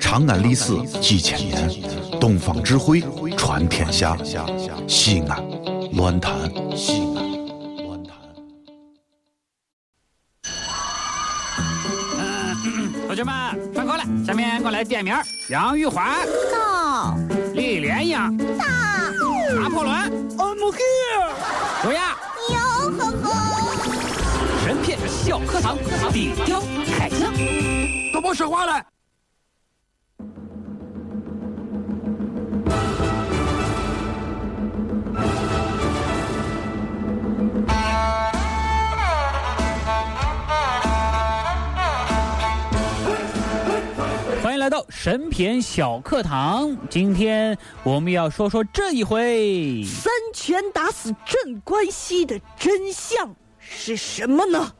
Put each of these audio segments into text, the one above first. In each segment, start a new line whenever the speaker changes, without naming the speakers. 长安历史几千年，东方智慧传天下。西安，乱谈西安，乱谈。
同学们，上课了，下面给我来点名儿：杨玉环、
到
李莲英、拿破仑、
I'm here。
乌鸦、
哟呵呵，
神片小课堂，底雕开讲。
都别说话了。
欢迎来到神片小课堂，今天我们要说说这一回。
三拳打死镇关西的真相是什么呢？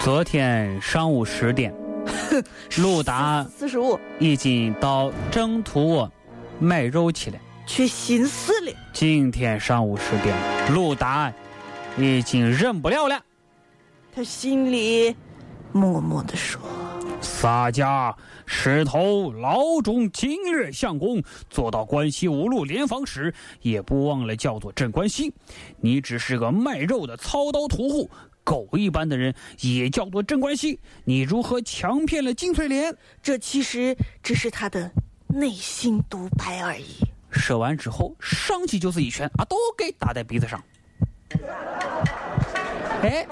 昨天上午十点，陆达
四十五，
已经到征途窝买肉去了。
去寻思了，
今天上午十点，陆达已经忍不了了。
他心里默默地说
洒家石头老种今日相公，做到关西五路联防时，也不忘了叫做镇关西。你只是个卖肉的操刀屠户，狗一般的人也叫做镇关西。你如何强骗了金翠莲？：“
这其实只是他的内心独白而已。
射完之后，上去就是一拳，啊，都给打在鼻子上。哎，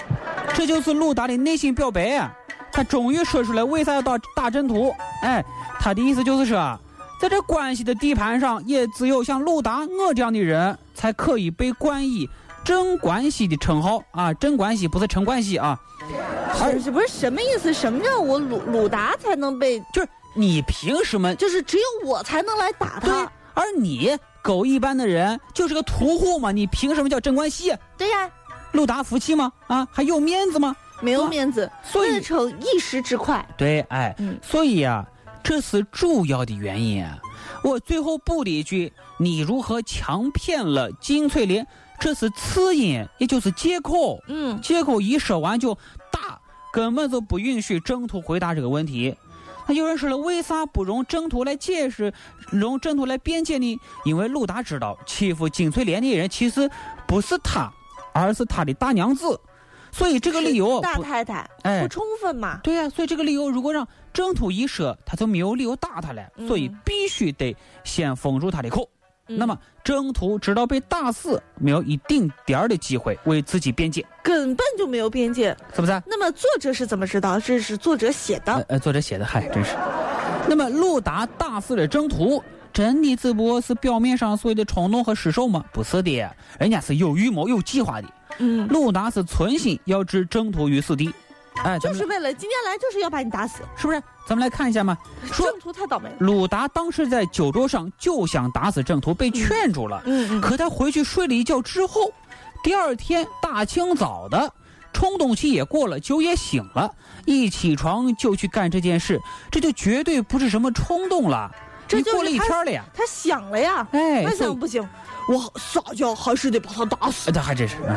这就是鲁达的内心表白啊！他终于说出来为啥要打打阵图。哎，他的意思就是说，啊在这关系的地盘上，也只有像鲁达我这样的人，才可以被冠以“镇关西”的称号啊！镇关西不是陈冠希啊，”
是是不是什么意思？什么叫我鲁鲁达才能被？
就是你凭什么
就是只有我才能来打
对
他？？
而你狗一般的人就是个屠户嘛，你凭什么叫镇关啊西？
对呀、
陆达服气吗？啊，还有面子吗？
没有
哇
面子，
所
为了
以
逞一时之快，
嗯对，哎，
嗯
所以啊，这是主要的原因啊。我最后补了一句：你如何强骗了金翠莲？这是次因，也就是借口。
嗯，
借口一说完就打，根本就不允许正途回答这个问题。那有人说了，为啥不容正途来解释，容正途来辩解呢？因为鲁达知道欺负金翠莲的人其实不是他，而是他的大娘子，所以这个理由
大
不
太太
哎
不充分嘛，
对呀、所以这个理由如果让正途一说，他就没有理由打他了，
嗯
所以必须得先封住他的口。
嗯
那么正途直到被打死，没有一丁点儿的机会为自己辩解，
根本就没有边界。
是不啊是？
那么作者是怎么知道？这是作者写的。
呃呃，作者写的，嗨，真是。那么陆达打死了征途，真的只不过是表面上所谓的冲动和失手吗？不是的，人家是有预谋、有计划的。
嗯，
陆达是存心要置征途于死地。哎，咱
就
们
是为了今天来就是要把你打死，
是不是？咱们来看一下嘛。说
正途太倒霉了。
鲁达当时在酒桌上就想打死郑屠，被劝住了。
嗯嗯，
可他回去睡了一觉之后，第二天大清早的，冲动期也过了，酒也醒了，一起床就去干这件事，这就绝对不是什么冲动了。
这
你
就是
过了一
他
天了呀，
他想了呀，
哎，
那
所以
想不行，我撒娇还是得把他打死。
哎他还真是，嗯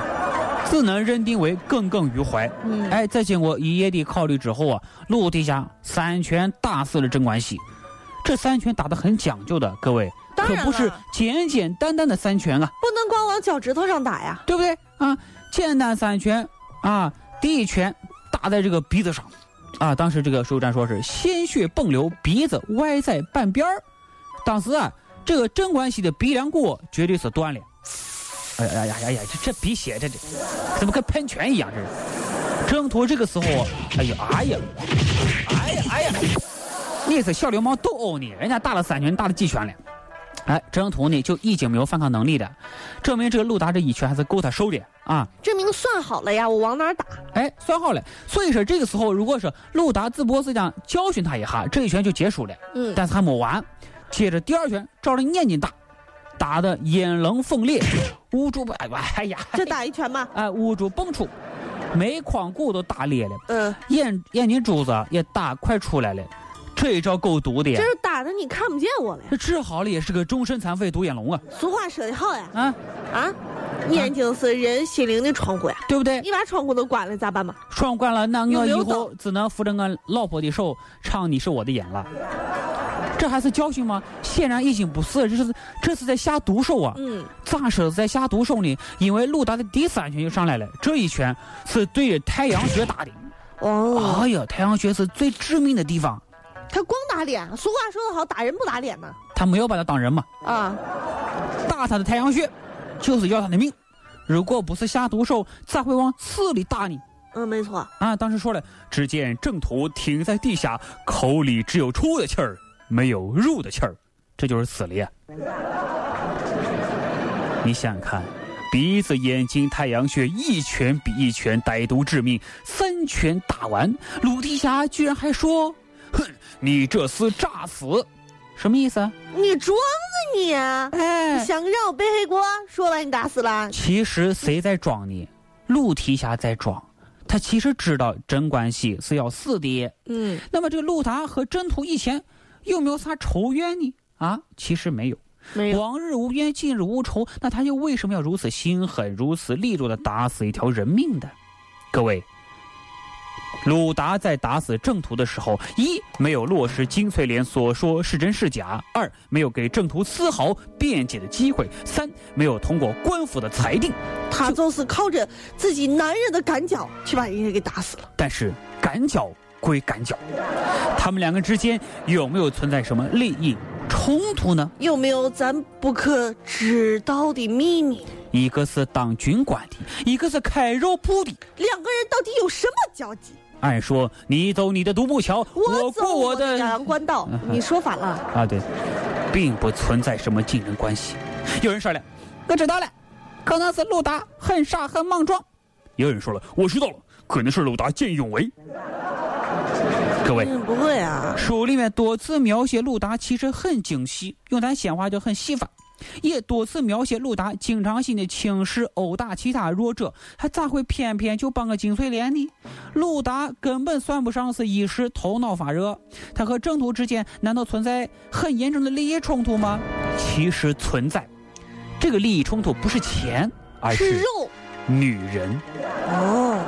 自能认定为耿耿于怀。
嗯，
哎，在经过一夜的考虑之后啊，陆地下三拳打死了镇关西。这三拳打得很讲究的，各位，
当
可
然
不是
了
简简单单的三拳啊，
不能光往脚趾头上打呀。
对不对啊？简单三拳啊，第一拳打在这个鼻子上，啊，当时这个水手战说是鲜血迸流，鼻子歪在半边儿。当时啊，这个镇关西的鼻梁骨绝对是断了。哎呀呀呀呀呀！这这鼻血，这这怎么跟喷泉一样？这是。郑途这个时候，哎呀哎呀，哎呀哎呀，你是小流氓斗殴你，人家打了三拳，打了几拳了？哎，郑途呢就已经没有反抗能力了，证明这个鲁达这一拳还是够他受的啊！
证明算好了呀，我往哪儿打？
哎，算好了。所以说这个时候，如果说鲁达只不过是想教训他一下，这一拳就结束了。
嗯，
但是还没完，接着第二拳照着眼睛打，打得眼棱凤裂，捂住哎呀哎呀，
这打一拳吧。
哎捂住蹦出，眉眶骨都打裂了，
嗯，
眼眼睛珠子也打快出来了，这一招够毒的呀
这！是打咋的？你看不见我了呀？
这治好了也是个终身残废独眼龙啊
俗话说得好呀，
啊，
啊，眼睛是人心灵的窗户呀，
对不对？
你把窗户都关了咋办嘛？
闯关了，那
有
我
没
以
有
后只能扶着我老婆的手唱《你是我的眼》了。这还是教训吗？显然已经不是，这是这是在下毒手啊！
嗯，
咋说在下毒手呢？因为鲁达的第三拳就上来了，这一拳是对着太阳穴打的。
哦，
哎呀，太阳穴是最致命的地方，
他光打脸，俗话说得好，打人不打脸嘛。
他没有把他当人嘛，
啊，
打他的太阳穴就是要他的命。如果不是下毒手，咋会往死里打你？
嗯，没错，
啊，当时说了，只见正途停在地下，口里只有出的气儿，没有入的气儿，这就是死了呀。你想想看，鼻子、眼睛、太阳穴，一拳比一拳歹毒致命，三拳打完，鲁提辖居然还说：“哼，你这厮诈死，什么意思啊？”
你装呢你，啊
哎，
想让我背黑锅，说把你打死了。
其实谁在装呢？陆提辖在装，他其实知道镇关西是要死的。
嗯，
那么这个陆达和征途以前有没有啥仇怨呢？啊，其实没有。
没有，
往日无冤，近日无仇，那他又为什么要如此心狠、如此利落的打死一条人命的？各位，鲁达在打死郑屠的时候，一没有落实金翠莲所说是真是假；二没有给郑屠丝毫辩解的机会；三没有通过官府的裁定。
他就是靠着自己男人的赶脚去把人家给打死了。
但是赶脚归赶脚，他们两个之间有没有存在什么利益冲突呢？
有没有咱不可知道的秘密？
一个是当军官的，一个是开肉铺的。
两个人到底有什么交集？
按说你走你的独木桥，
走
过
我嗯
的
阳关道，你说反 了。
啊，对，并不存在什么竞争关系。有人说了，我知道了，可能是鲁达很傻很莽撞。有人说了，我知道了，可能是鲁达见义勇为。各位，
嗯，不会啊，
书里面多次描写鲁达其实很精细，用咱闲话叫很戏法，也多次描写鲁达经常性的轻视殴打其他弱者，他咋会偏偏就帮个金穗莲呢？鲁达根本算不上是一时头脑发热，他和郑屠之间难道存在很严重的利益冲突吗？其实存在，这个利益冲突不是钱，而
吃
是
肉
女人。
哦。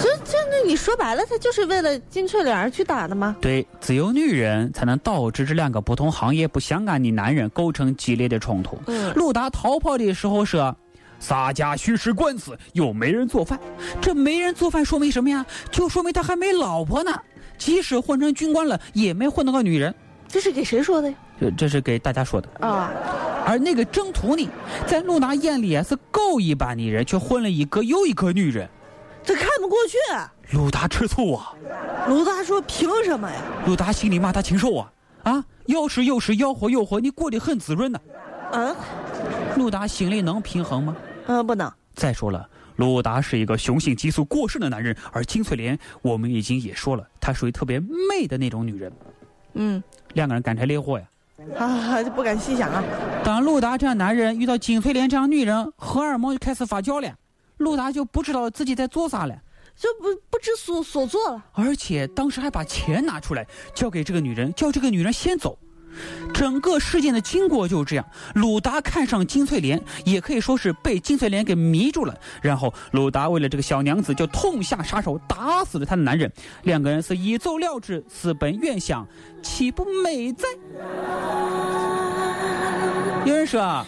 这这那你说白了，他就是为了金翠莲儿去打的吗？
对，只有女人才能导致这两个不同行业不相干的男人构成激烈的冲突。
嗯，
鲁达逃跑的时候说：“洒家虚实官司，又没人做饭。这没人做饭说明什么呀？就说明他还没老婆呢。即使混成军官了，也没混到个女人。
这是给谁说的呀？
这这是给大家说的。
啊，
而那个征途呢，在鲁达眼里啊是狗一般的人，却混了一个又一个女人。
这看不过去。啊
鲁达吃醋啊，
卢大说：“凭什么呀？
鲁达心里骂他禽兽啊啊！要吃又吃，要活又活，你过得很滋润呐、
嗯
鲁达心里能平衡吗？
嗯，不能。
再说了，鲁达是一个雄性激素过剩的男人，而金翠莲我们已经也说了，她属于特别媚的那种女人。
嗯，
两个人干柴烈火呀。
啊，就不敢细想啊。
当鲁达这样男人遇到金翠莲这样女人，荷尔蒙就开始发酵了，鲁达就不知道自己在做啥了，
就不不知所所措了。
而且当时还把钱拿出来交给这个女人，叫这个女人先走。整个事件的经过就是这样：鲁达看上金翠莲，也可以说是被金翠莲给迷住了。然后鲁达为了这个小娘子，就痛下杀手，打死了她的男人。两个人是一走了之，私奔远乡，岂不美哉？有人说：“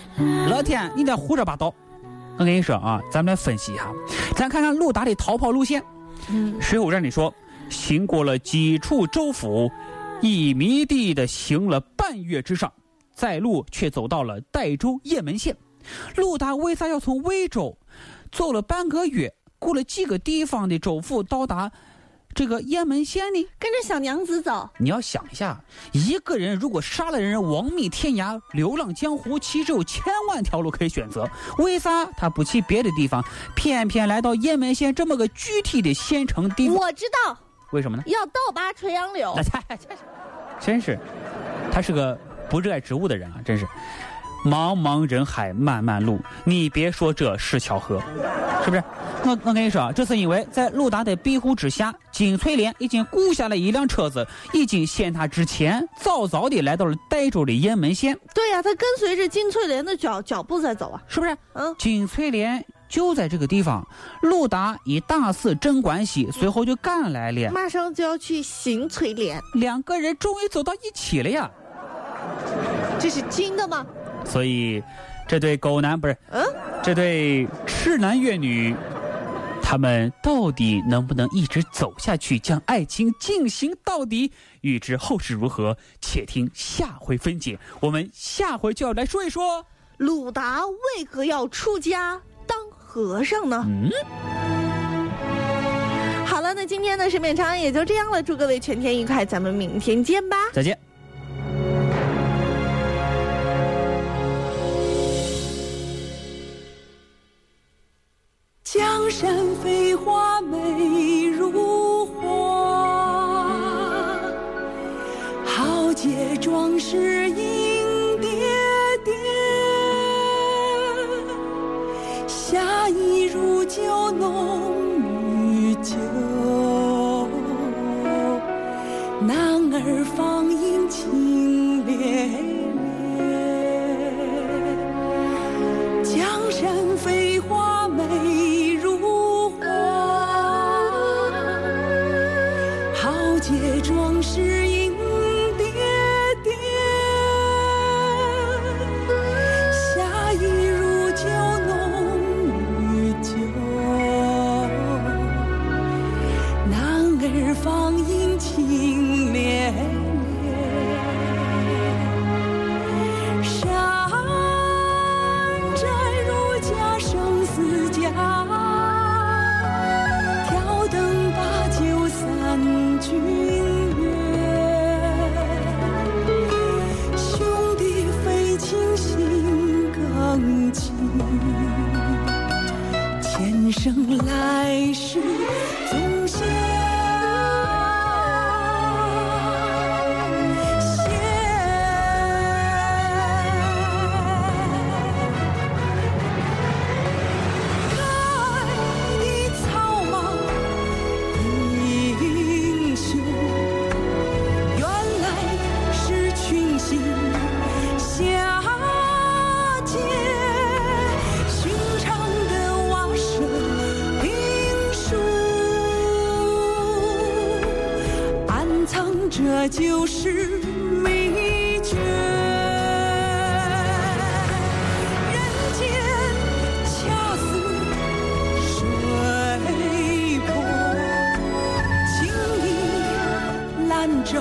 老天，你在胡说八道。”我跟你说啊，咱们来分析一下，咱看看鲁达的逃跑路线。水浒传里说，行过了几处州府，以迷地的行了半月之上，在路却走到了代州雁门县。陆达为啥要从魏州走了半个月，过了几个地方的州府，到达这个雁门县呢？
跟着小娘子走，
你要想一下，一个人如果杀了人，亡命天涯、流浪江湖，其实有千万条路可以选择。为啥他不去别的地方，偏偏来到雁门县这么个具体的县城地方？
我知道
为什么呢？
要倒拔垂杨柳
那。他 真是，他是个不热爱植物的人啊，真是。茫茫人海漫漫路，你别说这是巧合，是不是？我我跟你说啊，这是因为在鲁达的庇护之下，金翠莲已经雇下了一辆车子，已经先他之前早早的来到了代州的雁门县，
对呀、他跟随着金翠莲的脚脚步在走啊。
是不是？
嗯，
金翠莲就在这个地方，鲁达以大肆镇关西，随后就赶来了，
马上就要去行翠莲，
两个人终于走到一起了呀。
这是真的吗？
所以，这对狗男不是，
嗯，
这对痴男怨女，他们到底能不能一直走下去，将爱情进行到底？欲知后事如何，且听下回分解。我们下回就要来说一说。
鲁达为何要出家当和尚呢？
嗯，
好了，那今天的审美长也就这样了，祝各位全天愉快，咱们明天见吧。
再见。
江山飞花美如画，豪杰壮士映叠叠。侠义如酒浓于酒，男儿芳吟情连绵。江山飞花美如画，豪杰壮士映叠叠。侠义如酒浓于酒，男儿芳吟情绵绵。山寨如家，生死家。挑灯把酒三军乐，兄弟非亲心更亲。前生来世总相见。看你草莽英雄，原来是群星下界，寻常的瓦舍平书，暗藏着旧时秘诀。人间恰似水波，情义兰州。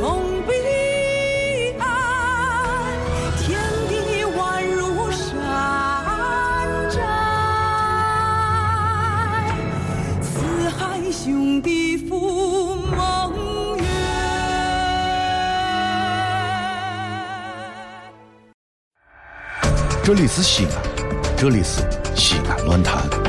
同彼岸，天地宛如山寨，四海兄弟赴盟约。
这里是西安，这里是西安乱坛。